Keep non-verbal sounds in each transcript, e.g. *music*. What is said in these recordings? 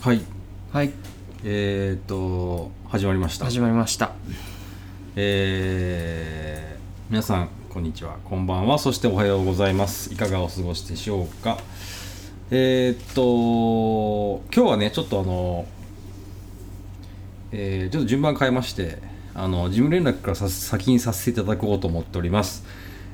はい、はいえー、っと始まりました。始まりましたえー皆さんこんにちは、こんばんは、そしておはようございます。いかがお過ごしでしょうか。えー、っと今日はねちょっとあの、えーちょっと順番変えましてあの事務連絡からさ先にさせていただこうと思っております。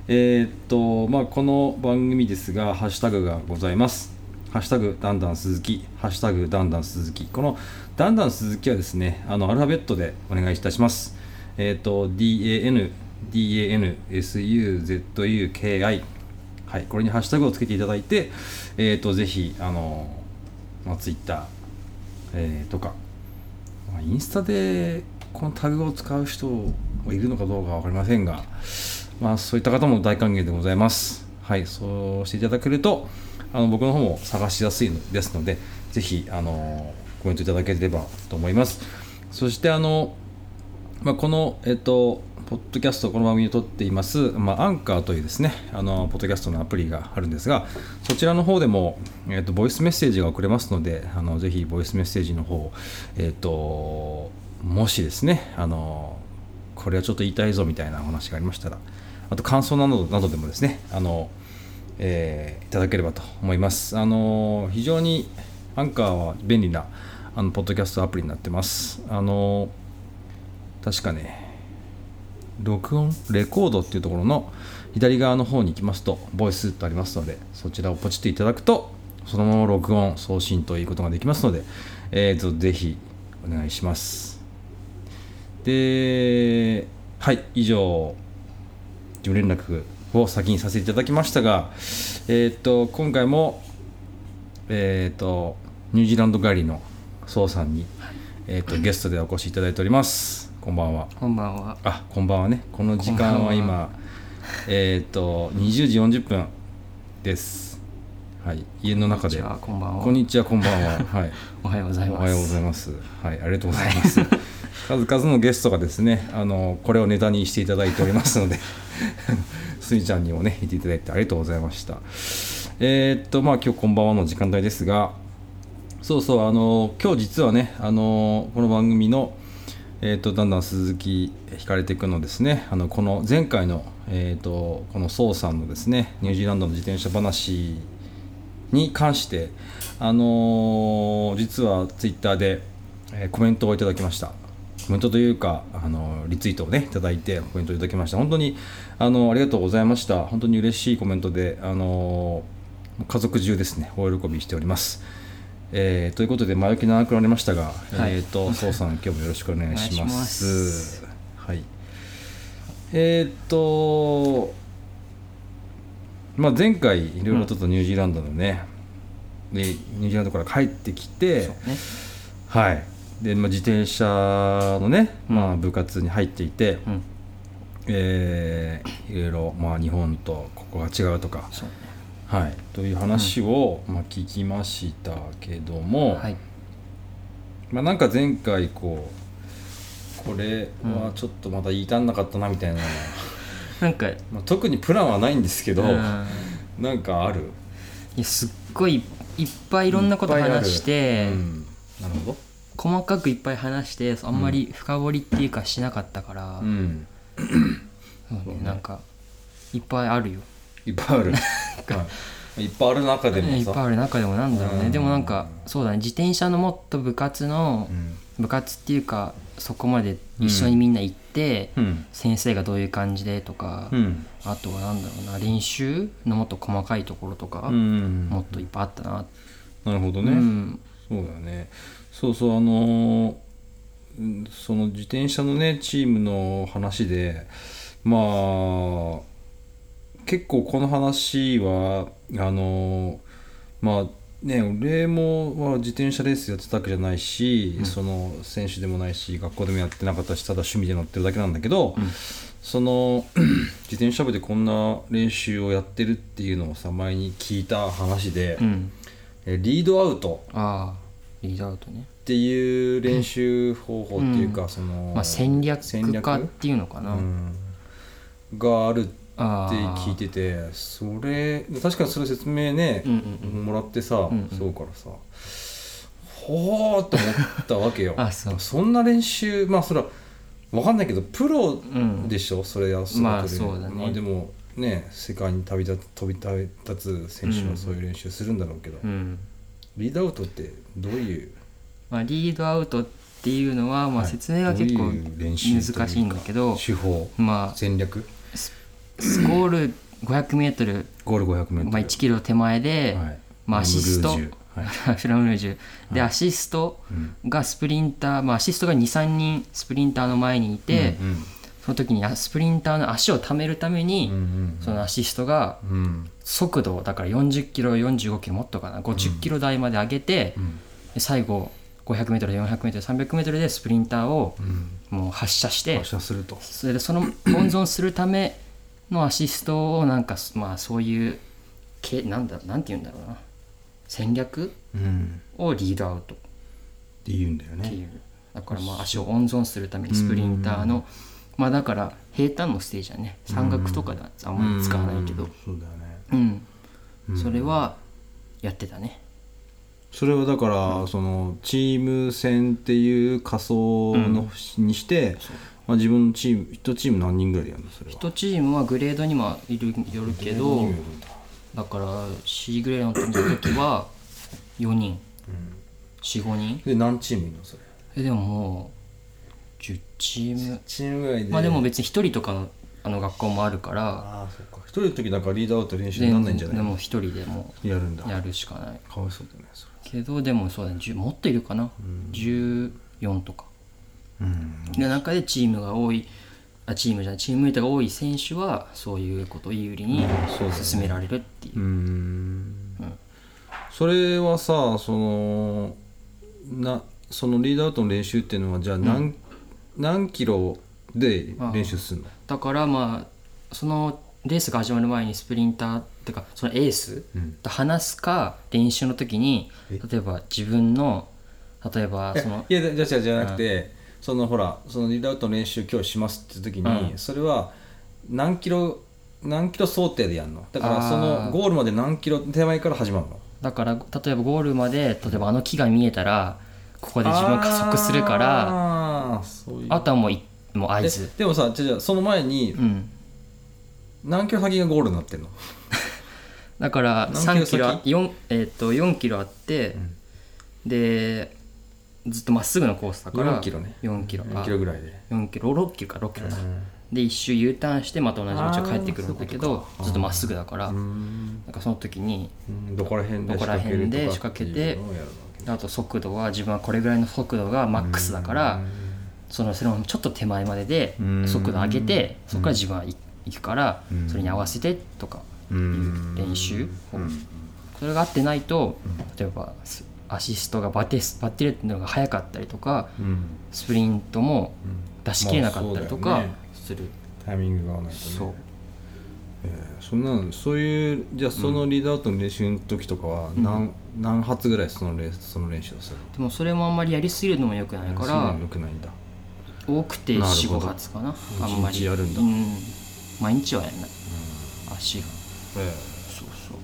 えーっとまあこの番組ですがハッシュタグがございます。ハッシュタグだんだん鈴木、ハッシュタグだんだん鈴木。このだんだん鈴木はですね、あのアルファベットでお願いいたします。えーっと DAN、DAN、SUZUKI。はい、これにハッシュタグをつけていただいて、えーっとぜひ、あの、まあ、ツイッター、えーとか、まあインスタでこのタグを使う人がいるのかどうかわかりませんが、まあ、そういった方も大歓迎でございます。はい、そうしていただけると、あの僕の方も探しやすいのですので、ぜひあのコメントいただければと思います。そしてあの、まあ、この、えっと、ポッドキャスト、この番組を撮っています、まあ、アンカーというですね、あの、ポッドキャストのアプリがあるんですが、そちらの方でも、えっと、ボイスメッセージが送れますので、あの、ぜひ、ボイスメッセージの方、えっと、もしですね、あの、これはちょっと言いたいぞみたいなお話がありましたら、あと、感想など、などでもですね、あの、えーいただければと思います。あの、非常に、アンカーは便利な、あの、ポッドキャストアプリになってます。あの、確かね録音レコードっていうところの左側の方に行きますとボイスとありますのでそちらをポチっていただくとそのまま録音送信ということができますので、えー、とぜひお願いしますではい以上事務連絡を先にさせていただきましたがえっ、と今回もえっ、とニュージーランド帰りの宋さんに、えー、とゲストでお越しいただいておりますこんばんはこんばんはあこんばんはねこの時間はこんばん今えっ、と20時40分ですはい家の中じでゃあこんばんはこんにちはこんばんははいおはようございおますはようございますはいありがとうござい *laughs* ます、数々のゲストがですねあのこれをネタにしていただいておりますので *laughs* すみちゃんにもねいていただいてありがとうございましたえーっとまあ今日こんばんはの時間帯ですがそうそうあの今日実はねあのこの番組のえー、とだんだん鈴木引かれていくのですねあのこの前回の、えー、とこの宋さんのですねニュージーランドの自転車話に関して、あのー実はツイッターで、えーコメントをいただきましたコメントというか、あのーリツイートをねいただいてコメントをいただきました本当に、あのーありがとうございました本当に嬉しいコメントで、あのー家族中ですねお喜びしておりますえーということで前置き長くなりましたが、はいえっ、と宋さん今日もよろしくお願いします。お願いしますはい。えーっと、まあ前回いろいろちょっとニュージーランドのね、でニュージーランドから帰ってきて、そうねはい。でまあ自転車のね、まあうん部活に入っていて、うんえーいろいろまあ日本とここが違うとか、そうねはいという話をまあ聞きましたけども、はいまあ、なんか前回こうこれはちょっとまだ言い足んなかったなみたいな、なんかまあ、特にプランはないんですけど、うんなんかあるいやすっごいいっぱいいろんなこと話しうて、ん、なるほど、細かくいっぱい話してあんまり深掘りっていうかしなかったから、うん、そうねなんかいっぱいあるよいっぱいある、はい、いっぱいある中でもさいっぱいある中でもなんだろうね、うんでもなんかそうだね自転車のもっと部活の、うん部活っていうかそこまで一緒にみんな行って、うん先生がどういう感じでとか、うんあとはなんだろうな練習のもっと細かいところとか、うんもっといっぱいあったな、なるほどうね、ん、そうだよねそうそうあのーうんその自転車のねチームの話でまあ結構この話はあのーまあね俺もは自転車レースやってたわけじゃないし、うんその選手でもないし学校でもやってなかったしただ趣味で乗ってるだけなんだけど、うんその *clears throat* 自転車部でこんな練習をやってるっていうのをさ前に聞いた話で、うん、えリードアウトああリードアウトね、っていう練習方法っていうか、うんその、まあ、戦略戦略家っていうのかうな、ん、があるってああ聞いててそれ確かにそれ説明ねう、んうんもらってさ、うんうんそうからさほーって思ったわけよ *laughs* あそうんな練習まあそれは分かんないけどプロうんでしょ、それやすまあそうだねでもね世界に旅立飛び旅立つ選手はそういう練習するんだろうけど、うんリードアウトってどういうまあ、リードアウトっていうのは、まあ、はい説明が結ど構ういう練習というか難しいんだけど、手法まあ、戦略スコール 500m、ゴール 500m、まあ、1キロ手前で、はいまあ、アシストラムルージュはい *laughs* フラムルージュで、はいアシストうんがスプリンター、まあ、アシストが23人スプリンターの前にいて、うんうんその時にあスプリンターの足をためるために、うんうんそのアシストがうん速度をだから40キロ45キロもっとかな50キロ台まで上げて、うんで最後 500m400m300m でスプリンターをうんもう発射して発射するとそれでその温存するためのアシストをなんかまあそういうけなんだなんて言うんだろうな戦略うんをリードアウトっって言うんだよていねうだからまあ足を温存するためにスプリンターうんのまあだから平坦のステージはね山岳とかではあんまり使わないけうどんそうだよねうんうんそれはやってたねそれはだからそのチーム戦っていう仮想のにしてそうまあ自分のチーム一チーム何人ぐらいでやるのそれは1チームはグレードにもいるよる何人ぐらけど、いいるんだだから C グレードの時は4人うん45人で何チームいるのそれえでももう10チームチームぐらいでまあでも別に1人とかのあの学校もあるからああそっか一人の時なんかリードアウト練習でになんないんじゃないでのも1人でもやるんだやるしかないかわいそうだねそれけどでもそうだね10もっといるかな、14とかうんの中でチームが多いあチームじゃないチームメイトが多い選手はそういうことを有利にそうだね進められるっていううーんそれはさそのなそのリードアウトの練習っていうのはじゃあ何,、何キロで練習するのだからまあそのレースが始まる前にスプリンターってかそのエースうんと話すか練習の時にえ例えば自分の例えばそのいやじゃじゃじゃなくてそのほらそのリードアウトの練習今日しますって時に、うんそれは何キロ何キロ想定でやるのだからあーそのゴールまで何キロ手前から始まるのだから例えばゴールまで例えばあの木が見えたらここで自分は加速するからあーそういうあとはもういもう合え図でもさじゃあじゃあその前にうん何キロ先がゴールになってんの、だから何3キキロロ先4えっと4キロあって、んでずっとまっすぐのコースだから4キロね4キロ何キロぐらいで、 4キロ6キロか6キロだ、で一周 U ターンしてまた同じ道を帰ってくるんだけあーそういうどことかずっとまっすぐだから、うんなんかその時にうんどこら辺でどこら辺で仕掛けて仕掛けるとかっていうのをやるわけねあと速度は自分はこれぐらいの速度がマックスだからそのそれのちょっと手前まででうん速度上げてそこから自分は行行くからうんそれに合わせてとかうん練習をうんそれが合ってないと例えばスアシストがバテスバッテリーのが速かったりとかうんスプリントも出し切れなかったりとまあそうだかよねする、タイミングが合わないとねそうえーそんなのそういうじゃあそのリードアウトの練習の時とかはん何,、何発ぐらいそのレースその練習をするのでもそれもあんまりやりすぎるのも良くないかそういうのらも良くないんだ多くてなるほ45ど発かなあんま一日りやるんだうん毎日はやんない足がええそうそう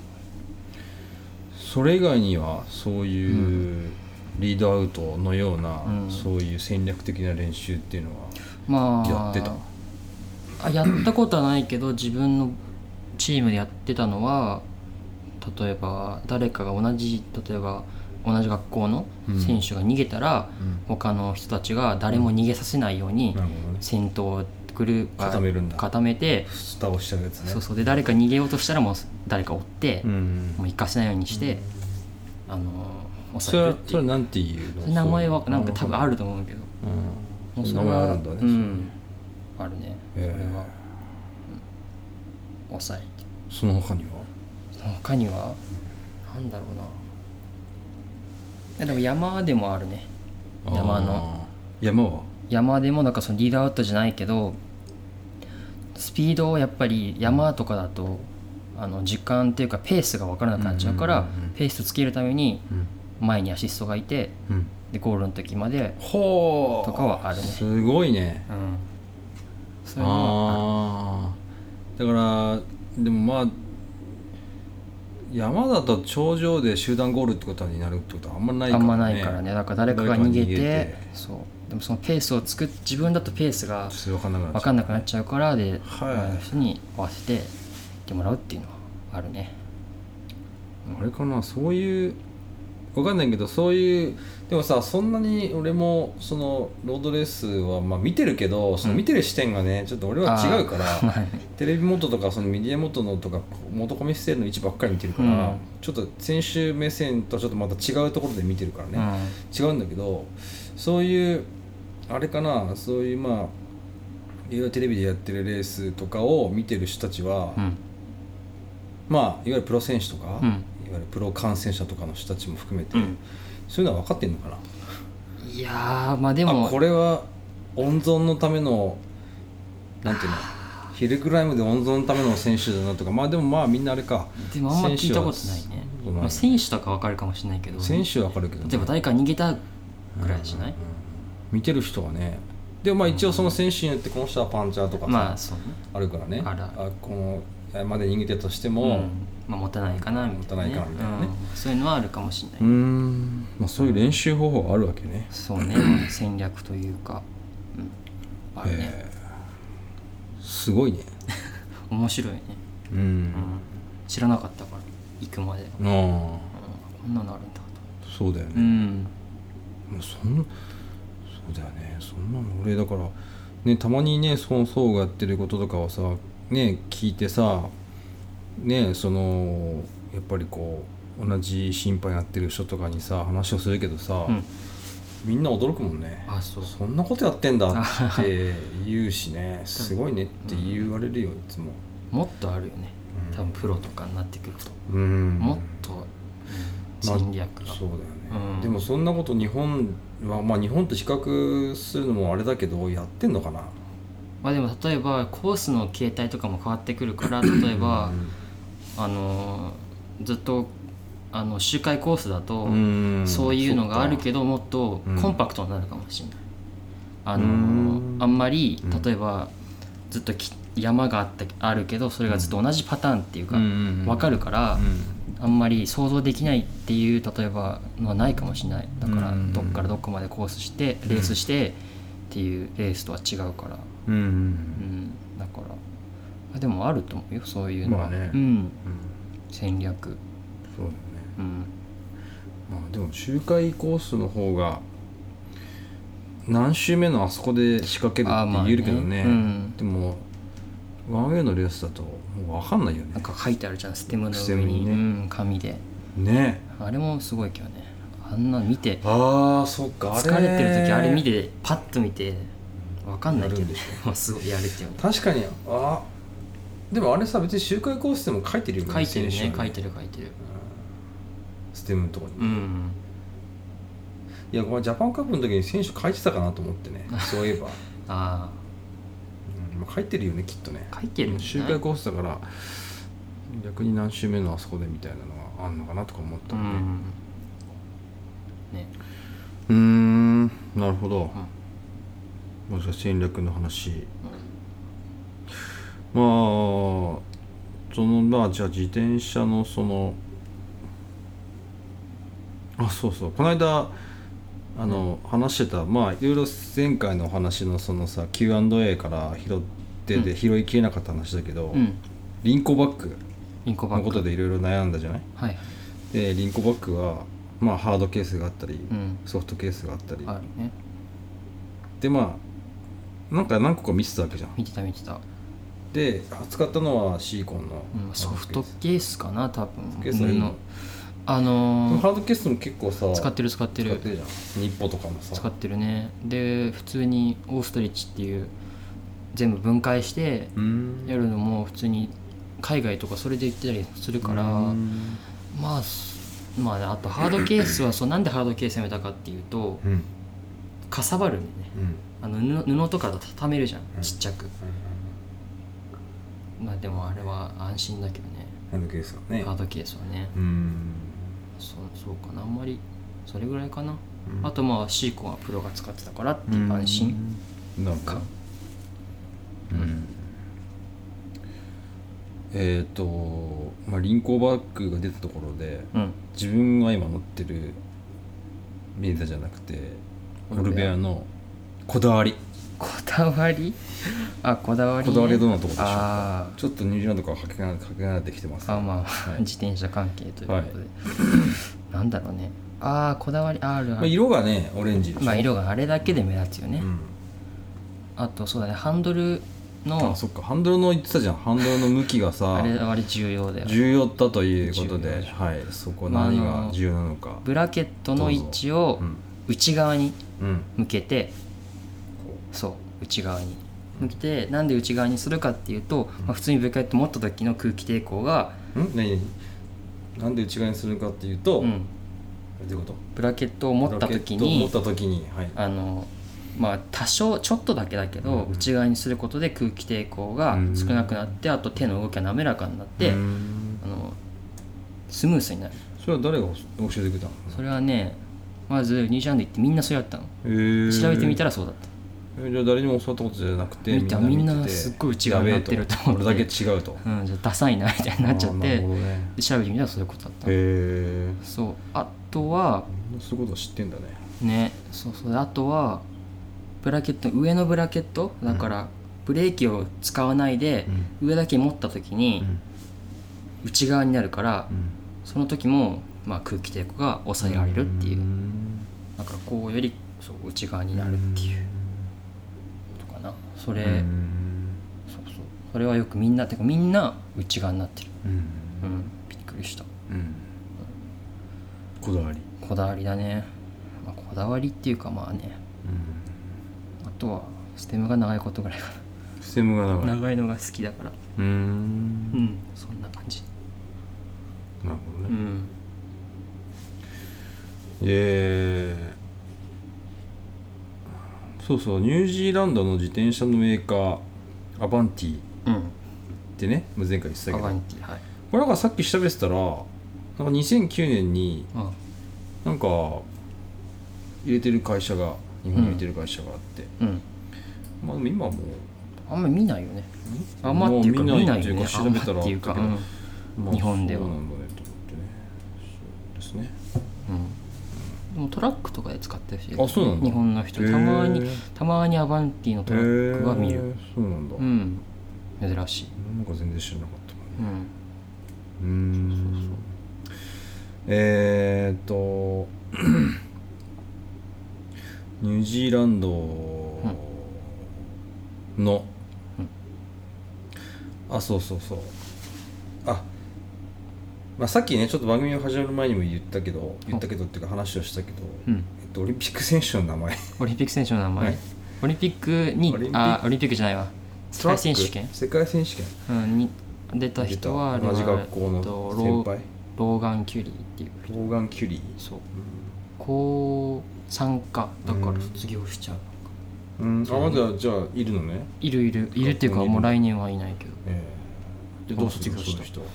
それ以外にはそういう、リードアウトのような、うんそういう戦略的な練習っていうのはまあやってたあやったことはないけど自分のチームでやってたのは例えば誰かが同じ例えば同じ学校の選手が逃げたら、うん他の人たちが誰も逃げさせないようになるほどね先頭グループ固めるんだ固めて蓋をしちゃうやつねそうそうで誰か逃げようとしたらもう誰か追って、うんもう行かせないようにして、あのそれ抑えはるってそれいうはなんていうのそれ名前はなんか多分あるると思うけどほど、うん、そそれうはいう名前あるんだね、うんあるねこれへはえ、うん抑えてその他にはその他にはなんだろうないやでも山でもあるね山のあー山は山でもなんかそのリードアウトじゃないけどスピードをやっぱり山とかだとあの時間っていうかペースが分からなくなっちゃうから、うんうんうんうんペースつけるためにうん、前にアシストがいてうん、でゴールの時まで、ほうとかはあるねすごいねうん、それもあるああーだからでもまあ山だと頂上で集団ゴールってことになるってことはあんまないかあらねんまないからねだから誰かが逃誰かが逃げてげてそうでもそのペースを作っ自分だとペースがそれ分かんなくなっちゃう分かんなくなっちゃうからで、はい周りの人に合わせて行ってもらうっていうのはあるねあれかなそういうわかんないけどそういうでもさそんなに俺もそのロードレースはまあ見てるけどそのうん見てる視点がね、ちょっと俺は違うかあらーまあねテレビ元とかそのメディア元のとか元コミステーの位置ばっかり見てるから、うんちょっと選手目線とはちょっとまた違うところで見てるからね、違うんだけどそういうあれかなそういうまあいわゆるテレビでやってるレースとかを見てる人たちは、うん、うんまあいわゆるプロ選手とか、うんいわゆるプロ感染者とかの人たちも含めて、うんそういうのは分かってんのかないやーまあでもあこれは温存のためのなんていうのヒルクライムで温存のための選手だなとかまあでもまあみんなあれかでもあんま聞いたことないね選手はまあ、選手とかわかるかもしれないけど選手は分かるけどね、例えば誰か逃げたぐらいじゃない、見てる人はねでもまあ一応その選手によってこの人はパンチャーとかさ、まあそうねあるからねあるあこのまで逃げてたとしてうもんまあ、持たないかなみたいな,、ね持たないかなみたいなねうんそういうのはあるかもしれない、うーんまあ、そういう練習方法があるわけねそうね戦略というか、うん、あるね、えーすごいね面白いね、ううんん、知らなかったから行くまで、うん、ああこんなのあるんだとそうだようね、んもうそんそうだよねそんなの俺だからねたまにね孫宗がやってることとかはさね聞いてさねそのやっぱりこう同じ審判やってる人とかにさ話をするけどさ、うんみんな驚くもんねあそうそんなことやってんだって言うしねすごいねって言われるよいつももっとあるよねうん多分プロとかになってくると、うんもっとまあ戦略が、そうだよね、うんでもそんなこと日本はまあ日本と比較するのもあれだけどやってんのかなまあでも例えばコースの形態とかも変わってく *clears throat* るから例えば、あのーずっとあの周回コースだと、んそういうのがあるけどどもっとうんコンパクトになるかもしれない、あうのんーあんまりうん例えばずっとき山があったあるけどそれがずっと同じパターンっていうか、わ分かるから、あんまり想像できないっていう例えばのはないかもしれないだから、うんどっからどこまでコースしてレースしてっていうレースとは違うから、うん、うん、だからあでもあると思うよそういうのは、まあねうん、うん戦略、そうだよねうん、まあでも周回コースの方が何周目のあそこで仕掛けるあーまっあて言えるけどね,、うんでもワンウェイのレースだともう分かんないよなねんか書いてあるじゃんステムのステ上ムににねうん、紙でねあれもすごいけどねあんな見てああそっか疲れてる時あれ見ててパッと見てわかんないけやるどんでし *laughs* まあすごいやるっていうの確かにあでもあれさ別に周回コースでも書いてる *laughs* よね書いてる選ね手書はいてる書いてるステムのとこに、ういんやこれジャパンカップの時に選手書いてたかなと思ってねそういえば、 *laughs* あうん、まあ書いてるよねきっとねあ書いてるんじ周ゃない回コースだから逆に何周目のあそこでみたいなのがあんのかなとか思っうたもんねんねうーんなるほど、うもしか戦略の話んうんまあそのまあじゃあ自転車のそのあそうそうこの間あの、話してたまあいろいろ前回のお話のそのさ Q&A から拾ってで、うん拾いきれなかった話だけど、うんリンコバッグインコバのッこグとでいろいろ悩んだじゃないはいでリンコバッグはまあハードケースがあったり、うんソフトケースがあったりあるねでまあなんか何個か見てたわけじゃん見てた見てた、で扱ったのはシーコンの、うん、ソフトハードケースケースかな多分ケースはいいの布あでものーハードケースも結構さ使ってる使って使るってるじゃん日報とかもさ使ってるねで普通にオーストリッチっていう全部分解してうんやるのも普通に海外とかそれで行ったりするからうんまあすまあねあとハードケースはそうなんでハードケースやめたかっていうとうんかさばるんでねうんあの布布とかだと畳めるじゃんちっちゃくまあでもあれは安心だけどねハードケースはねハードケースはねうんそうそうかなあんまりそれぐらいかなうんあとまあシーコンはプロが使ってたからっていう安心うんなんかかうんえっ、と、まあ、輪行バッグが出たところでうん自分が今乗ってるメーターじゃなくてオルベアのこだわりこだわり *laughs* あこだわりね、こだわりはどんなところでしょうあかちょっとニュージーランドからかけがかけがえてきてますああまあ、はい自転車関係ということで、なんだろうねああこだわりあるあまあ、る、色がねオレンジでしょまあ、色があれだけで目立つよね、うんあとそうだねハンドルあのそっかハンドルの言ってたじゃんハンドルの向きがあされあれ重要だよ重要だということで重要ではい、そこまあ何あがの重要なのか、ブラケットの位置をうん内側にうん向けてそう内側に向けてなんで内側にするかっていうと、まあ、普通にブラケット持った時の空気抵抗が、ん何何なんで内側にするかっていうと、うん、どういうことブラケットを持った時にラケットを持った時にはいあのまあ多少ちょっとだけだけど、うんうん内側にすることで空気抵抗が少なくなって、あと手の動きが滑らかになって、うーんあのスムースになるそれは誰が教えてくれたのそれはねまずニュージーランド行ってみんなそうやったのえー調べてみたらそうだったえじゃあ誰にも教わったことじゃなくて見た見てみんなてすっごい内側になってると思ってやべえと俺だけ違うとうん、じゃあダサいなみたいになっちゃあっーてなるほどねで調べてみたらそういうことだった、へえそうあとはそういうこと知ってんだねねそうそうであとはブラケット上のブラケットだから、ブレーキを使わないで、上だけ持った時に内側になるから、その時も、まあ、空気抵抗が抑えられるっていう、んなんかこうよりそう内側になるっていうことかなそれ、うんそうそうそれはよくみんなてかみんな内側になってるうんうんびっくりしたうんこだわりこだわりだね、まあ、こだわりっていうかまあねあとはステムが長いことぐらいかステムがな長い長いのが好きだからうんうんそんな感じなるほどうねんえーそうそうニュージーランドの自転車のメーカーアバンティっうんてね前回言ってたけアどこバンティはいれなんかさっき調べてたらなんか2009年にあなんか入れてる会社が日本に入れてる会社があって、うんまあでも今はもうあんまり見ないよねあんまっていうかもう見見なないいよねあとんいうか調まべたらっていうかあうったんけどうん日本ではそうなんだねと思ってねそうですねでもトラックとかで使ってるしあそうなんだ日本の人へーたまにたまにアバンティのトラックは見へるーそうなんだ、うん珍しいなんか全然知らなかったうんうーんえー、っと *clears throat* ニュージーランドの、うんあそうそうそうあまあ、さっきねちょっと番組を始まる前にも言ったけど言ったけどっていうか話をしたけど、うんえっと、オリンピック選手の名前オリンピック選手の名前、はいオリンピックにオリンピックあオリンピックじゃないわ *laughs* 世界選手権、世界選手権うん、に出た人はあれは同じ学校えのっと先輩ローローガン・キュリーっていうローガン・キュリー、そううん高参加だかうらん卒業しちゃう、うん、あまだじゃあいるのね。いるいるいるっていうか学校にいるもう来年はいないけどええでどうするの卒そ業の人。こ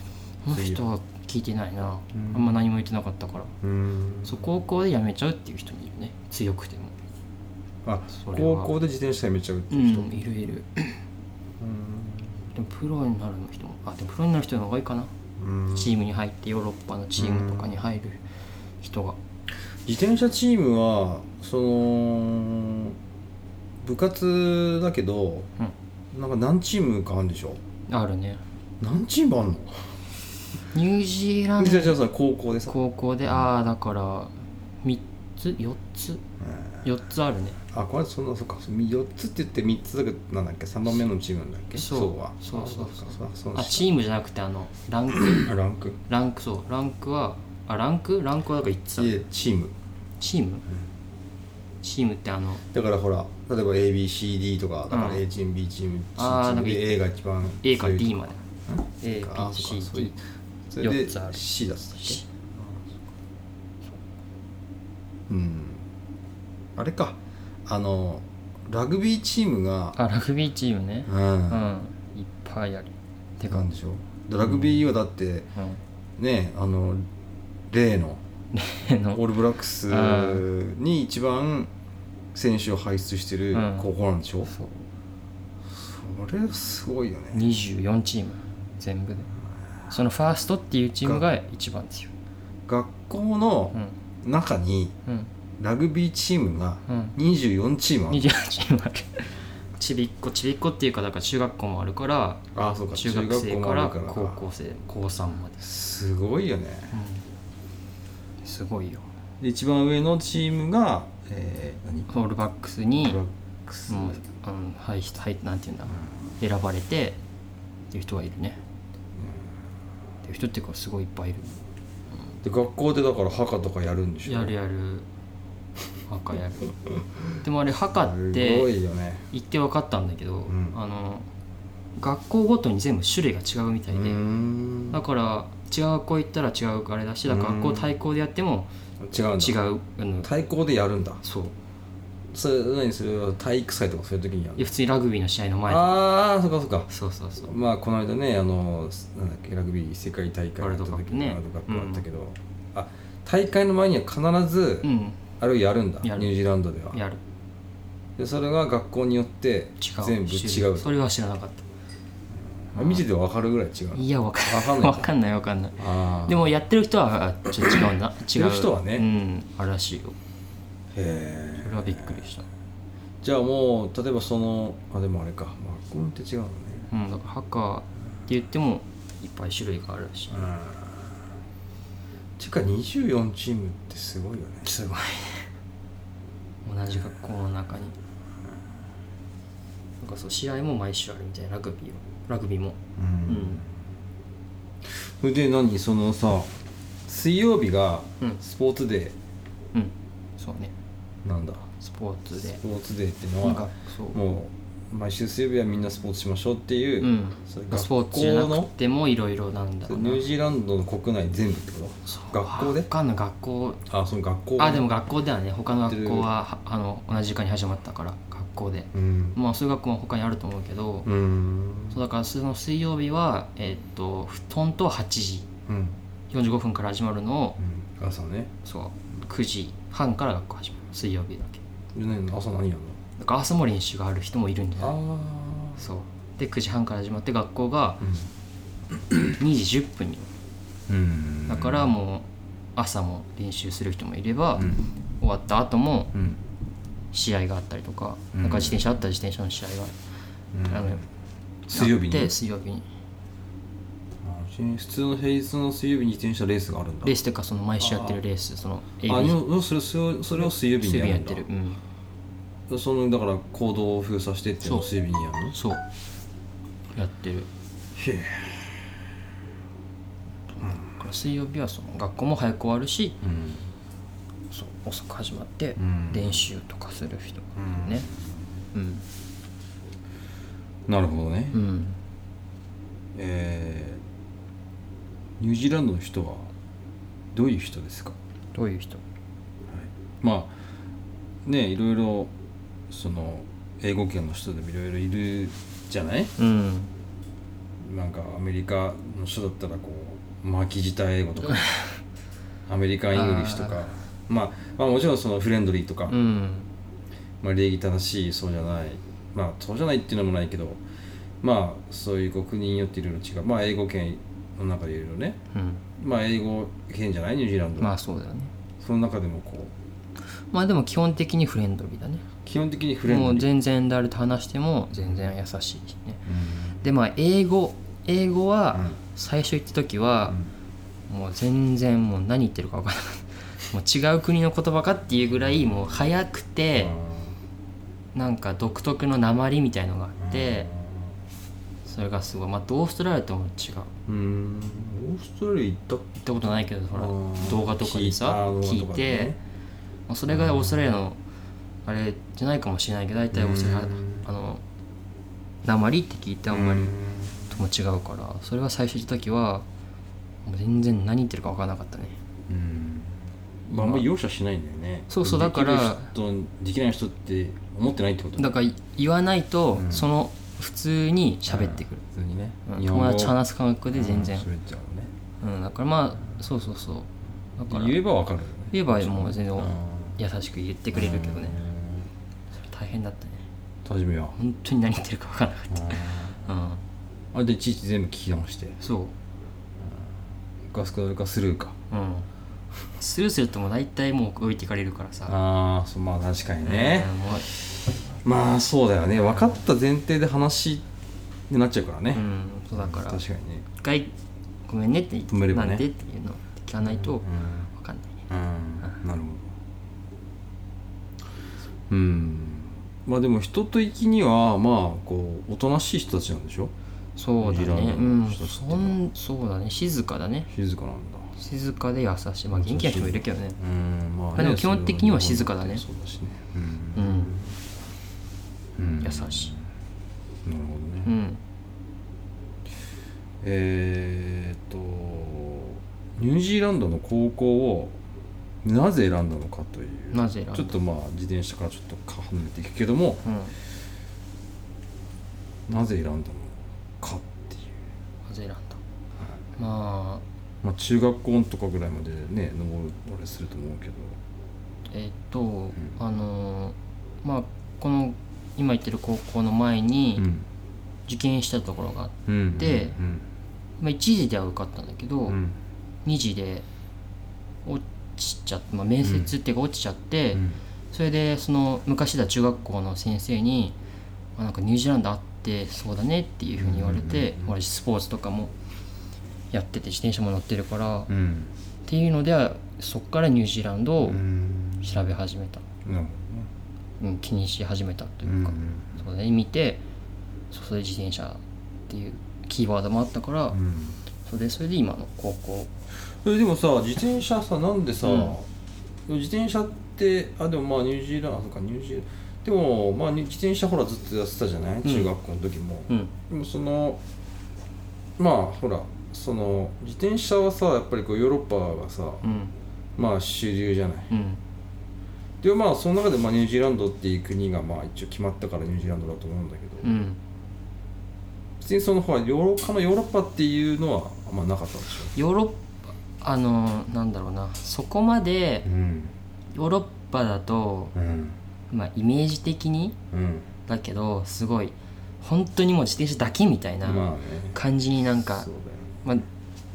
の人は聞いてないな、うんあんま何も言ってなかったからうん。そう高校で辞めちゃうっていう人もいるね強くてもあそれ高は校で自転車やめちゃうってういう人。んいるいるうでもプロになるの人もあでもプロになる人の方がいいかな、んチームに入ってヨーロッパのチームとかに入る人が自転車チームはその部活だけど、なんか何チームかあるんでしょ。あるね何チームあるの？ニュージーランドじゃあじゃあさ高校でさ。高校でああだから3つ4つええ4つあるねあこれそんなそっか四つって言って三つだけなんだっけ三番目のチームなんだっけ？そうは。そうそうそうあそうかそうあかチームじゃなくてあのランクあランク。ランクそうランクはあランクランクはだから言ってたいえチーム。チームチームってあのだからほら例えば ABCD とかだからうん A チーム B チーム C チあーーなムんか A が一番 A から強 D いまでとかあそうかそういう ABCD それで四つある C だったっ C けうんあれかあのラグビーチームがあラグビーチームねううんんいっぱいあるてなかんでしょラグビーはだってうねあの例のんオのールブラックスに一番選手を輩出してるうん高校なんでしょそうそれすごいよね24チーム全部でうそのファーストっていうチームが一番ですよ学校のうん中にうんラグビーチームがうん24チームある28チームある *laughs* ちびっこちびっこっていうかだから中学校もあるからああそうか中学生もかあらる高校生高3まで、すごいよねすごいよで一番上のチームがえー、何オールバックスにブラもッうクス、あのはいひはいなんていうんだ選ばれてっていう人はいるねっていう人っていうかすごいいっぱいいるで学校でだから墓とかやるんでしょやるやる *laughs* 墓やるでもあれ墓っすごていよね言って分かったんだけど、んあの学校ごとに全部種類が違うみたういで、ーんだから違う学校行ったら違うあれだしだから学校対抗でやっても違うんだ違うあの対抗でやるんだそうそれ何それは体育祭とかそういう時にやいやる普通にラグビーの試合の前にああそっかそっかそうそうそうまあこの間ねあのなんだっけラグビー世界大会ワールドカップねワールドカップあったけど、あ大会の前には必ずうんあれをやるんだ、やるニュージーランドではやるでそれが学校によって違う全部種違類うそれは知らなかっあ見てて分かるぐらい違うたいやわかわかんんなないいわかんないわかんないあーでもやってる人はあちょっと違うんだ違てるう人はねうんあるらしいよへそれはびっくりしたえじゃあもう例えばそのあでもあれか学校によって違うのねうんだからハッカーって言ってもいっぱい種類があるしうんていうか24チームってすごいよねすごいね同じ学校の中になんかそう試合も毎週あるみたいなラグビーはラグビーもううんんそれで何そのさ水曜日がうんスポーツデうんそうねーなんだスポーツスでポーツデーっていうなのんかはそうもう毎週水曜日はみんなスポーツしましょうっていう、うんそれス学ポ校ーツじゃなくのてもいろいろなんだそろれうニなュージーランドの国内全部ってこそうと学校でわかんない学校あその学校あでも学校ではね他の学校ははあの同じ時間に始まったから学校でうんまあそういう学校も他にあると思うけど、うんそうだからその水曜日はえっと布団と8時うん45分から始まるのをうん朝ねそう9時半から学校始まる水曜日だけで何朝何やるだから朝も練習がある人もいるんじゃないのあそうで9時半から始まって学校があ2時10分にうん、うん、だからもう朝も練習する人もいれば、うん終わった後もうん試合があったりとか、うんなんか自転車あったら自転車の試合うんが、あの水曜日にで水曜日にあ普通の平日の水曜日に自転車レースがあるんだレースというかその毎週やってるレースそのあ AB のそれそれそれを水曜日水に曜や日るやっんだてる、うん、そのだから行動を封鎖してっていうのをそう水曜日にやるのそうやってるへえだから水曜日はその学校も早く終わるしうんそう遅く始まってうん練習とかする人がいるねうんなるほどね、うんえーニュージーランドの人はどういう人ですかどういう人まあねいろいろその英語圏の人でもいろいろいるじゃないうんなんかアメリカの人だったらこう巻き舌英語 *laughs* とかアメリカン・イングリッシュとかまあ、まあもちろんそのフレンドリーとか、うんまあ、礼儀正しいそうじゃないまあそうじゃないっていうのもないけどまあそういう国によっていろいろ違うまあ英語圏の中でいろいろねうんまあ英語圏じゃないニュージーランド、まあそうだよねその中でもこうまあでも基本的にフレンドリーだね基本的にフレンもドうリー全然誰と話しても全然優しいしねでまあ英語英語はうん最初行った時は、もう全然もう何言ってるか分からなかったもう違う国の言葉かっていうぐらいもう早くうんて、なんか独特の鉛みたいのがあって、それがすごいまあオーストラリアとも違う行うんうんオーストラリア行ったっったことないけどほうらん動画とかでさ聞聞いいたて、まあ、それがオーストラリアのあれじゃないかもしれないけど大体オーストラリうんアあの鉛って聞いてあんまりうんとも違うからそれは最初行った時はもう全然何言ってるか分からなかったねうんまああんまり容赦しないんだよねそうそうだかでらきる人とできない人って思ってないってことだから言わないとうんその普通に喋ってくる、普通にねうん友達と話す感覚で全然うん、喋っちゃうねうん、だからまあそうそうそうだから言えばわかるよね言えばもう全然うん優しく言ってくれるけどねうんそれ大変だったね初めは本当に何言ってるか分からなかったうんあれでいちいち全部聞き直してそうかスクラルかスルーかうんスルーするともう大体もう置いていかれるからさああまあ確かにねうんもうまあそうだよね分かった前提で話になっちゃうからね、うんそうだから確かにね一回ごめんねって言って止めればなねんでっていうのを聞かないとわうんかんないねうんなるほどうんまあでも人と行きにはまあこうおとなしい人たちなんでしょそうだニュージーラねうンドのん人たちってそんそうだね静かだね静かなんだ静かで優しいまあ元気な人もいるけどねうんまあね、まあでも基本的には静かだねそうだしねううんん、うん優しいなるほどね、うんえーっとニュージーランドの高校をなぜ選んだのかというなぜ選んだちょっとまあ自転車からちょっとか離れていくけどもうんななぜ選んだのかっていう、ぜ選んだまあまあ、中学校のとかぐらいまでね登るあれすると思うけどえっと、あのまあこの今行ってる高校の前にうん受験したところがあって、うんでうんまあ、1時では受かったんだけど、うん2時で落ちちゃって、まあ、面接っていうか落ちちゃって、うんそれでその昔だ中学校の先生に「あなんかニュージーランドあってそうだね」っていうふうに言われて、うんうん俺スポーツとかもやってて自転車も乗ってるから、っうんていうのではそっからニュージーランドうをん調べ始めた、なるうん、気にし始めたとほどねいうか、そうだね見てそうそれで自転車っていうキーワードもあったから、うんうんそれでそれで今の高校それでもさ自転車さなんでさ、うん自転車ってあでもまあニュージーランドあそうかニュージーランドでもまあに自転車ほらずっとやってたじゃない、中学校の時も、うんでもそのまあほらその自転車はさやっぱりこうヨーロッパがさ、うんまあ主流じゃないうんでまあその中でまあニュージーランドっていう国がまあ一応決まったからニュージーランドだと思うんだけど、うん別にそのほらヨーロッパのヨーロッパっていうのはあんまなかったでしヨーロッパあのなんだろうなそこまでょうんヨーロッパだと、うんまあ、イメージ的にうんだけどすごい本当にもう自転車だけみたいなまあね感じになんか、そうだよねまあ、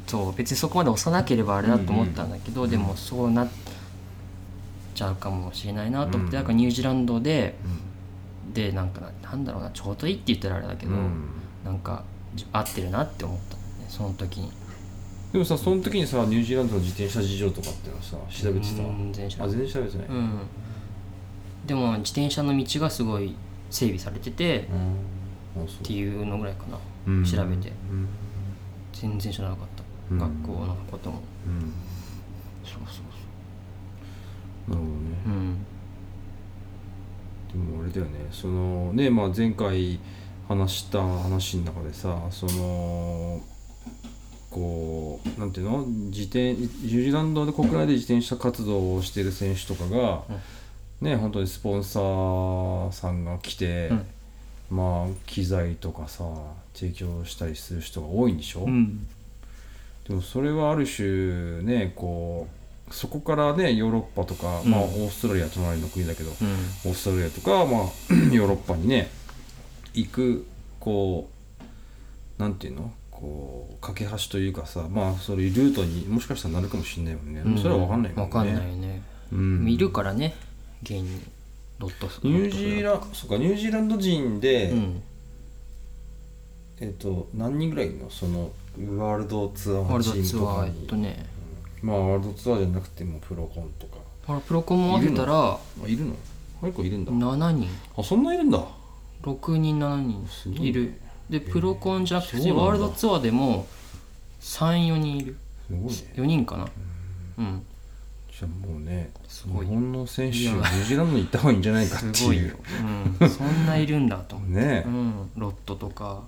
そう別にそこまで押さなければあれだと思ったんだけど、うんうんでもそうなっちゃうかもしれないなと思って、うんだからニュージーランドででなんかななんだろうなちょうどいいって言ったらあれだけうど、ん、なんかじ合ってるなって思ったんだよねその時にでもさその時にさニュージーランドの自転車事情とかっていうのはさ調べてた、うん全然あ全然調べてない、うんでも自転車の道がすごい整備されてて、っうんあそうていうのぐらいかな、うん調べてうん全然知らなかった、うん学校のこともうんそうそうなるほそどね、うでうんもあれだよねそのね、まあ、前回話した話の中でさそのこうなんていうの自転ニュージーランドで国内で自転車活動をしている選手とかが、ね本当にスポンサーさんが来て、うんまあ機材とかさ提供したりする人が多いんでしょ、うんでもそれはある種ねこうそこからねヨーロッパとか、まあうんオーストラリア隣の国だけど、うんオーストラリアとか、まあ、 *clears throat* ヨーロッパにね行くこうなんていうのこう架け橋というかさまあそういうルートにもしかしたらなるかもしれないもんね、うんそれは分かんないもんねわかんないよね、うん、いるからね現にロットスニュージーランドそうかニュージーランド人で、うんえっと何人ぐらいいるのそのワールドツアワーールチドツームとアかーえっにとねまあワールドツアーじゃなくてもプロコンとかあらプロコンも分けたらあいるの結構いるんだ、 7人あそんないるんだ6人7すごい人ねいるでプロコンじゃなくてそうなんだワールドツアーでも34人いるすごいね4人かなうんじゃあもうねすごい日本の選手いニやュージーランドに行った方がいいんじゃないかってすごいいよう、うん、そんないるんだと思っ *laughs* て、ねうん、ロットとか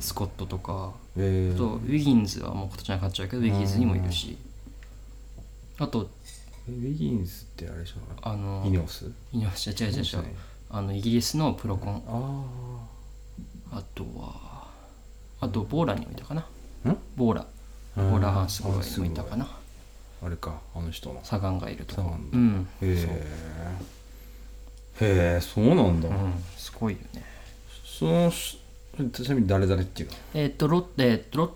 スコットとかええあーとウィギンズはもう今年なかっちゃうけどウィギンズにもいるしあとウィギンスってあれでしょあのイニオスいや違う違う違う違うあのイギリスのプロコンああとはあとボーラにもいたかなあんボーラボうんーラハンスゴイもいたかなあれかあの人のサガンがいるとサかガンうだんへえへえそうなんだ、うんすごいよねそのしちなみに誰々っていうかえっとロッテロッ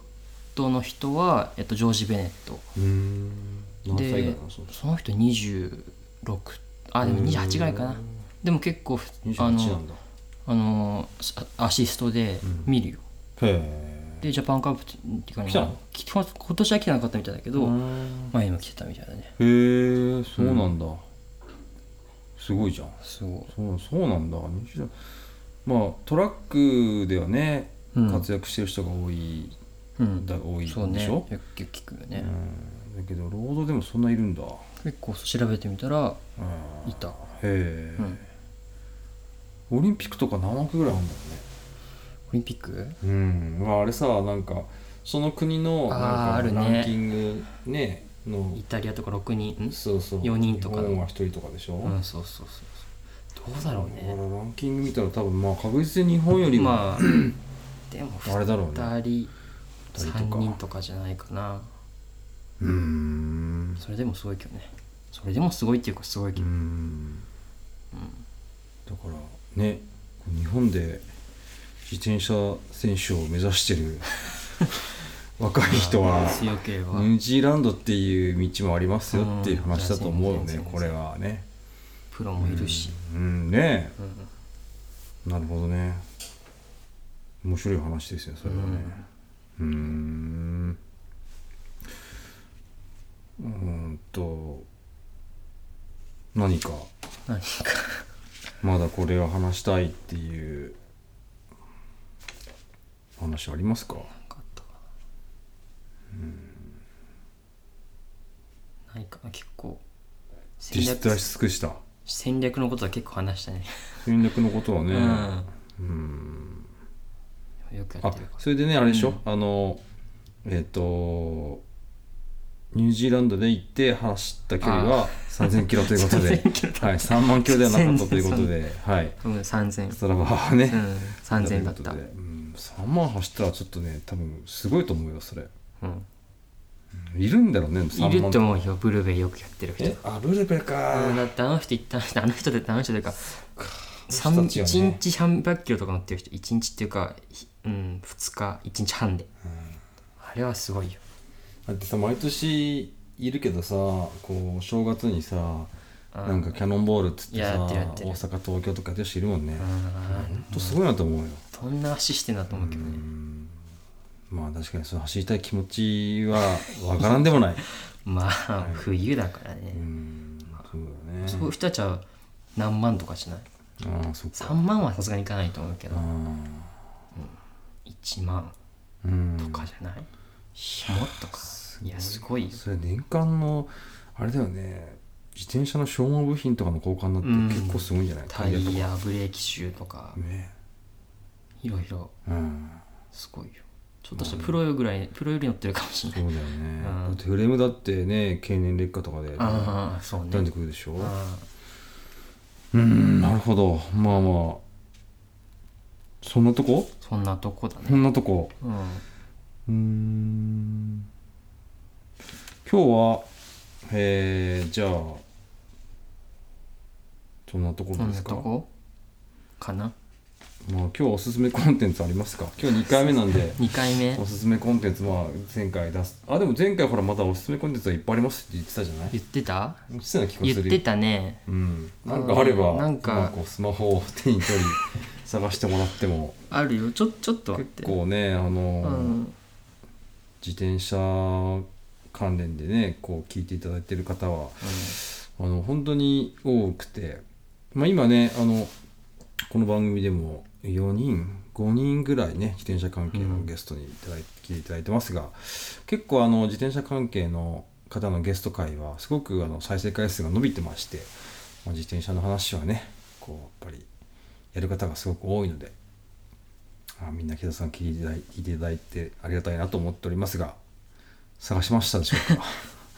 トの人は、えっと、ジョージ・ベネットうん何歳ぐらいなでのその人その人26あでも28ぐらいかなでも結構あ28なのんだあのアアシストで見るよ、へえでジャパンカップっていうかね来たのき今年は来てなかったみたいだけど、うん前にも来てたみたいだねへえそうなんだ、すごいじゃんすごいそうそうなんだ西田まあトラックではね、うん活躍してる人が多いうんだ多いでしそょ、うねようくよく聞くよね、んだけどロードでもそんないるんだ、結構調べてみたらうんいた、へうん、オえ、オリンピックとか何枠ぐらいあるんだろうねリンピックうん、まあ、あれさなんかその国のなんかあーあるねランキングねのイタリアとか6人んそうそう四人とか日の本は1人とかでしょ、うんそうそうそうそうどうだろうね俺ランキング見たら多分まあ確実に日本よりも、*clears throat* まあでもあれだろうね2人二人とか3人とかじゃないかなうーんそれでもすごいけどねそれでもすごいっていうかすごいうけーど、んだからね日本で自転車選手を目指して *laughs* る若い人は強ければ、ニュージーランドっていう道もありますよっていう話だと思うようん全ね然これはねプロもいるし、うんねうんなるほどね面白い話ですねそれはねうーんうーんと何か何かまだこれを話したいっていう話ありますかなんかあったかなないかな結構戦実略態し尽くした戦略のことは結構話したね戦略のことはね、うんよくやあってるからそれでねあれでしょ、あのえっ、とニュージーランドで行って走った距離は3000キロということで、はい、 3000キロ3万キロではなかったということで、はい、うん3000ストラバはね、うん3000だっとたいうことでうん、3万走ったらちょっとね多分すごいと思うよそれうんいるんだろうね3い万ると思うよブルーベイよくやってる人えあルルベか、うんだってあの人言ったあの人であの人というかその人たち1はね日300キロとか乗ってる人1日っていうか、ひうん、2日1日半で、あれはすごいよだってさ毎年いるけどさこう正月にさなんかキャノンボールっつってさやってるや大ってる阪東京とかで人いるもんね、あほんとすごいなと思うよ、ーどんな足してんだと思うけどね、まあ確かにその走りたい気持ちはわからんでもないまあ冬だからね、うんそうだそうねいう人たちは何万とかしないああそっか3万はさすがにいかないと思うけどあ1万ーうんとかじゃない、もっとかいやすごいよそれ年間のあれだよね自転車の消耗部品とかの交換だって結構すごいんじゃない、タイヤブレーキシューとかねいろいろうんすごいよちょっとしたプロよぐらい、プロより乗ってるかもしれなそいうだよね、うんだってフレームだってね経年劣化とかでああそうね傷んでくるでしょあうんなるほどまあまあそんなとこーそんなとこだねそんなとこうんうーん今日はえー、じゃあそんなとこそろんでなすかとこかなまあ、今日おすすめコンテンツありますか今日2回目なんで2回目おすすめコンテンツまあ前回出すあでも前回ほらまだおすすめコンテンツはいっぱいありますって言ってたじゃない言ってた言ってたような気がする言よってたねうん、なんかあればなんか今こうスマホを手に取り探してもらってもあるよちょちょっと待って結構ねあの、うん自転車関連でねこう聞いていただいてる方はあの本当に多くて、まあ、今ねあのこの番組でも4人5人ぐらいね自転車関係のゲストにいただいて、来ていただいてますが結構あの自転車関係の方のゲスト会はすごくあの再生回数が伸びてまして、まあ、自転車の話はねこうやっぱりやる方がすごく多いのであみんな木田さん聞いていただい聞いていただいてありがたいなと思っておりますが探しましたでしょうか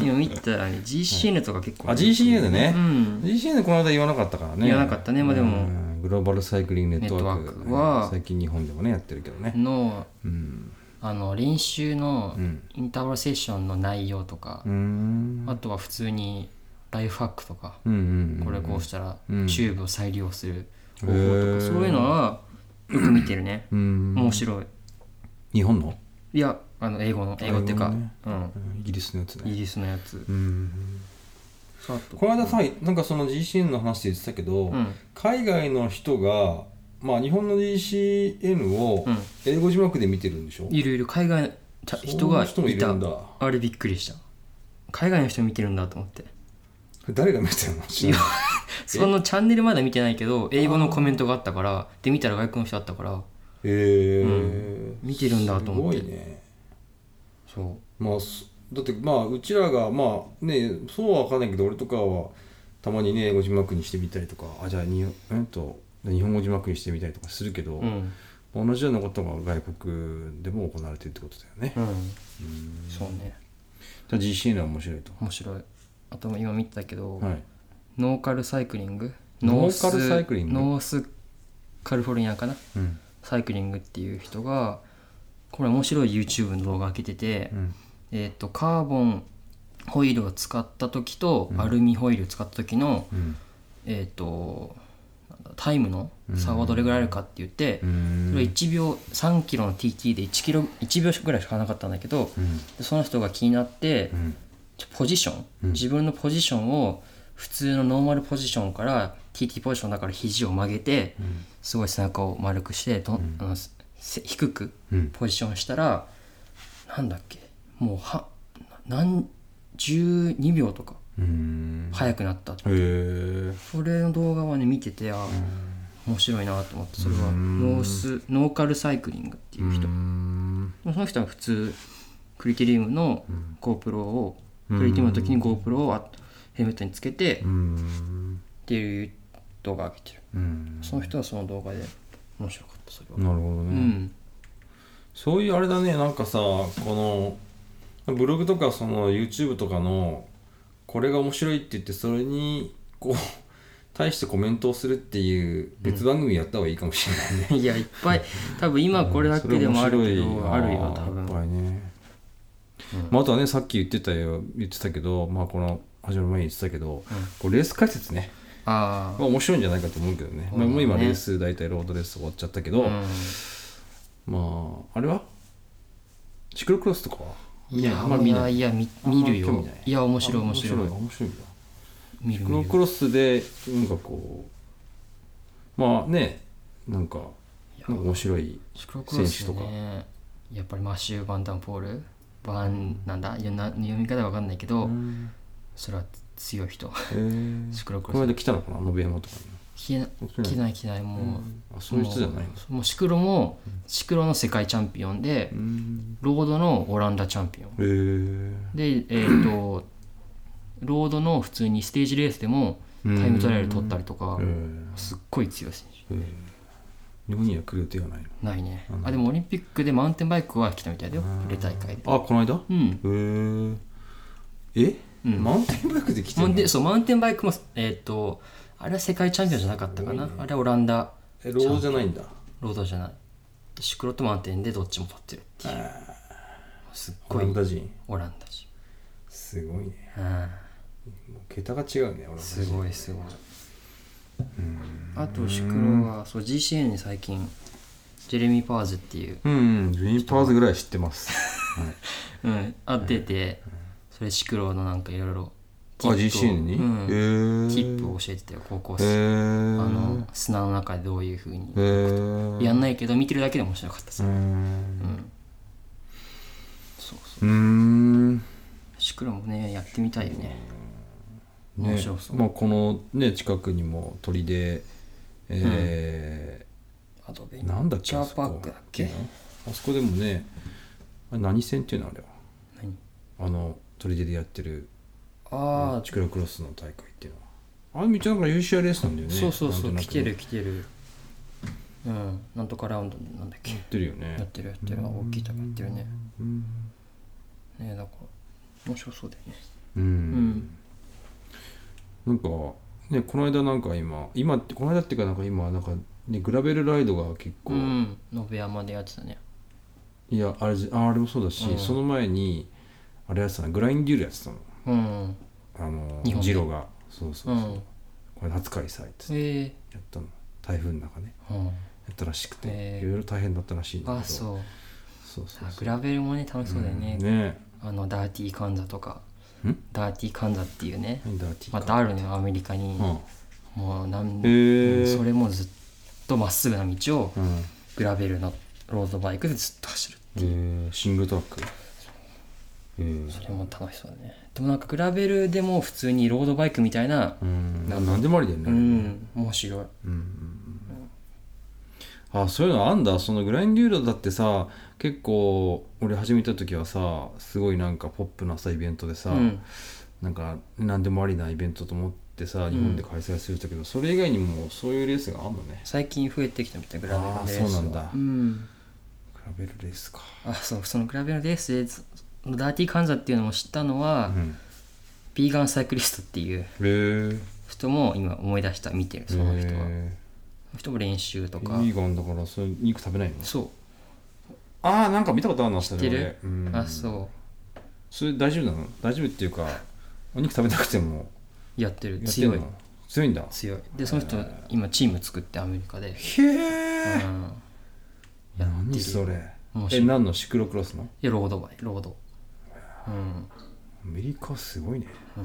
今見たらね GCN とか結構あ GCN ね、うん GCN この間言わなかったからね言わなかったねまあでもうんグローバルサイクリングネットワークネットワークは最近日本でもねやってるけどねのうんあの練習のうんインターバルセッションの内容とかう、んあとは普通にライフハックとか、うんうんうんこれこうしたらチうんューブを再利用する方法とか、へーそういうのはよく見てるね、うん面白い日本のいやあの英語の英語っていうか、英語のねうんうんイギリスのやつイねギリスのやつうんそうあとこの間さなんかその GCN の話で言ってたけど、うん海外の人がまあ日本の GCN をうん英語字幕で見てるんでしょ、いろいろ海外のちゃそういう人が人もいいるたんだあれびっくりした海外の人見てるんだと思って誰が見てるのいやそのチャンネルまだ見てないけど英語のコメントがあったからで見たら外国の人だったからえー見てるんだと思ってすごいねそまあすだってまあうちらがまあねそうは分かんないけど俺とかはたまにね英語字幕にしてみたりとかあじゃあに、えっと、日本語字幕にしてみたりとかするけど、ううん同じようなことが外国でも行われてるってことだよね、うんそうねじゃあ GCN は面白いと、面白いあと今見てたけど、はい、ノーカルサイクリングノーカルサイクリングノースノースカリフォルニアかなうんサイクリングっていう人がこれ面白い YouTube の動画開けてて、うんえー、とカーボンホイールを使った時とアルミホイールを使った時の、うんえー、となんだタイムの差はどれぐらいあるかって言って、うんそれ1秒3キロの TT で1キロ1秒ぐらいしかなかったんだけどうんでその人が気になってうんポジション、うん自分のポジションを普通のノーマルポジションから TT ポジションだから肘を曲げてうんすごい背中を丸くしてどんあのせ低くうんポジションしたらなんだっけもうは何12秒とかうん速くなったってへえそれの動画はね見ててあ面白いなと思ってそれはうんノースノーカルサイクリングっていう人うんその人は普通クリテリウムの GoPro をクリティウムの時に GoPro をあヘルメットにつけてっうんていう動画を上げてるうんその人はその動画で面白かったそれはなるほどうね、んそういうあれだねなんかさこのブログとかその YouTube とかのこれが面白いって言ってそれにこう *laughs* 対してコメントをするっていう別番組やった方がいいかもしれないね、いやいっぱい多分今これだけでもあるけそれ面白いどなあるよ多分やっぱりね、うんまあ、あとはねさっき言ってたよ言ってたけどまあこの始まる前に言ってたけど、こうレース解説ね、あまあ、面白いんじゃないかと思うけどね、そまあ、うだねもう今レース大体ロードレース終わっちゃったけあど、うんまああれはシクロクロスとかはいやあんま見ないいや見あんま見る興味よないいや面白い面白い面白いんだ見るクロ見クるロスでなんかこうまあねなんかいやなんか面白いシクロクロス選手とかねやっぱりマシュー・バンタンポールバンなんだいやな読み方わかんないけど、うんそれは強い人へーシクロクこのロス間来たのかな延山とか消えなに消えない消えないもう、あそういう人じゃないもうもうシクロもシクロの世界チャンピオンでのうんロードのオランダチャンピオンへえでえっ、 *clears throat* とロードの普通にステージレースでもタイムトライアル取ったりとかすっごい強い選手日本には来る予定はないのないねあでもオリンピックでマウンテンバイクは来たみたいだよプレ大会であこの間うんへええうんマウンテンバイクで来てマウるのンテンそうマウンテンバイクも、えーっとあれは世界チャンピオンじゃなかったかな、あれはオランダえロードじゃないんだロードじゃないシクロとマウンテンでどっちも取ってるっていうすっオごランいダ人オランダ人すごいねうんもう桁が違うねオランダす人ごいすごいあとシクロはそう GCN に最近ジェレミー・パーズっていう、うんうんジュニパーズぐらい知ってます *laughs* うん、あ出てそれシクロのなんかいろいろあ GCN に、うんえー、キップを教えてたよ高校え生、ー、あの砂の中でどういうふうにえー、やんないけど見てるだけで面白かったさ、うーうんんそうそううーんねシクロもねやってみたいよね面白そう、まあ、このね近くにも鳥でえアドベーンチなんだっけャあーそこパークだっけあそこでもねあれ何線っていうのあれは何あの鳥出でやってるああ、チクロクロスの大会っていうのはあれ道なんか UCI レースなんだよねそうそうそうなんとな来くてる来てるうんなんとかラウンドなんだっけやってるよやっねてるやってるあ大きいとこやってるねうん、ねえだから面白そうだよねうんんなんかねこの間なんか今今ってこの間っていうかなんか今なんかねグラベルライドが結構、うん延山でやってたねいやあれじああれもそうだし、うんその前にあれやってたのグラインデュールやってたのうんあの日本でジロがそうそうそう、うんこれ夏開催ってへえやったの台風の中ねうんやったらしくて、へえいろいろ大変だったらしいんだけどあそうそうそうあそうグラベルもね楽しそうだよね、んねあのダーティーカンザとかえんダーティーカンザっていうね何だティーカまたあるねアメリカに、うんもうなん、へえそれもずっとまっすぐな道をうんへグラベルのロードバイクでずっと走るっていう、えシングルトラックへえそれも楽しそうだねでもなんかグラベルでも普通にロードバイクみたいなうんな何でもありだよねう、ん面白いうんうんうんあそういうのあんだそのグラインデューロだってさ結構俺始めた時はさすごいなんかポップなさイベントでさ、うんなんか何でもありなイベントと思ってさん日本で開催するんだけど、それ以外にもそういうレースがあんのね最近増えてきたみたいなグラベルレースあーはそうなんだうん比べるレースか、あそうそのグラベルレースでそのダーティーカンザっていうのも知ったのは、うん、ビーガンサイクリストっていうへえ人も今思い出した見てるその人は、その人も練習とビかーガンだからそれ肉食べないのそああなんか見たことあるな知ってるうん、うあそうそれ大丈夫なの大丈夫っていうかお肉食べなくてもやってるやってん強のい強いんだ強いでその人今チーム作ってアメリカへで、うえん、やって何るそれ面白えい何のシクロクロスのいやロードバイロードうんアメリカすごいねうん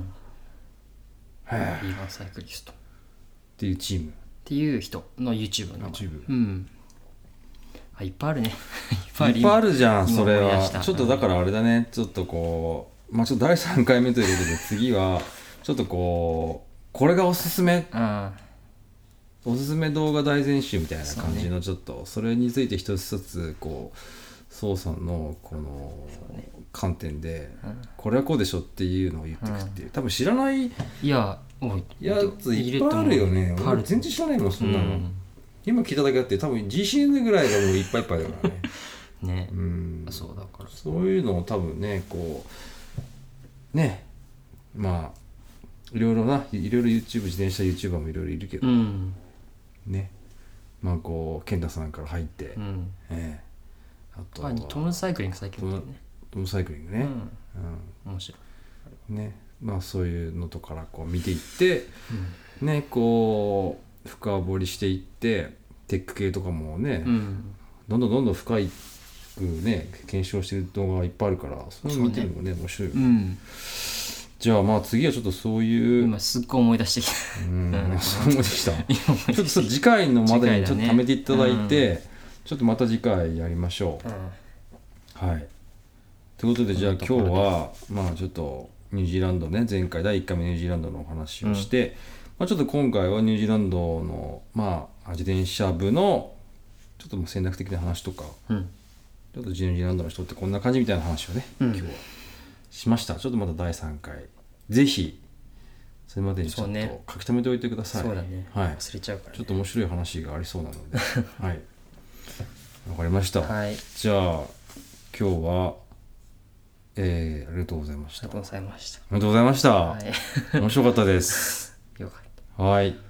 へえビーガンサイクリストっっていうチームていう人の YouTube の名前 YouTube うんあいっぱいあるね *laughs* いっぱいあるいっぱいあるじゃん今それ今思いは出したちょっとだからあれだねちょっとこうまあちょっと第3回目ということで次はちょっとこうこれがおすすめあおすすめ動画大全集みたいな感じそうのちょっとそれについて一つ一つこう宋さんのこのうね観点でうんこれはこうでしょっていうのを言ってくっていう多分知らないいやおいやついっぱいあるよねいっぱいあ俺る全然知らないもんそんなうのん今聞いただけあって多分 GCN ぐらいがもういっぱいいっぱい *laughs* だからねねうんそうだからそういうのを多分ねこうねまあいろいろないろいろ YouTube 自転車 YouTuber もいろいろいるけうど、んねまあこう健太さんから入って、うえんえあとあトムサイクリング最近見てるねトムサイクリングうね、ん面白いうんねまあそういうのとからこう見ていって、ねこう深掘りしていってテック系とかもね、うんどんどんどんどん深いくね検証してる動画がいっぱいあるからそういうの見てるのもね面白いようねんじゃあまあ次はちょっとそういう、今すっごい思い出してきたうんう *laughs* んそう思い出したち今思いょっと出しそう次回のまでにちょっ次回だとね貯めていただいて、ちょっとまた次回やりましょたうんう。はいということでじゃあうん今日はまあちょっとニュージーランドね前回第1回目ニュージーランドのお話をして、まあ、ちょっと今回はニュージーランドのまあ自転車部のちょっともう戦略的な話とかうんちょっとニュージーランドの人ってこんな感じみたいな話をね、うん今日はしましたちょっとまた第3回ぜひそれまでにちょっそうとね書き留めておいてください、そうだねはい、ち忘れちゃうからょねっと面白い話がありそうな *laughs* のではいわかりました、はいありじゃあ今日はえー、ありがとうございましたがあとうございましたりがとうございました、はい面白かったです *laughs* よかったはい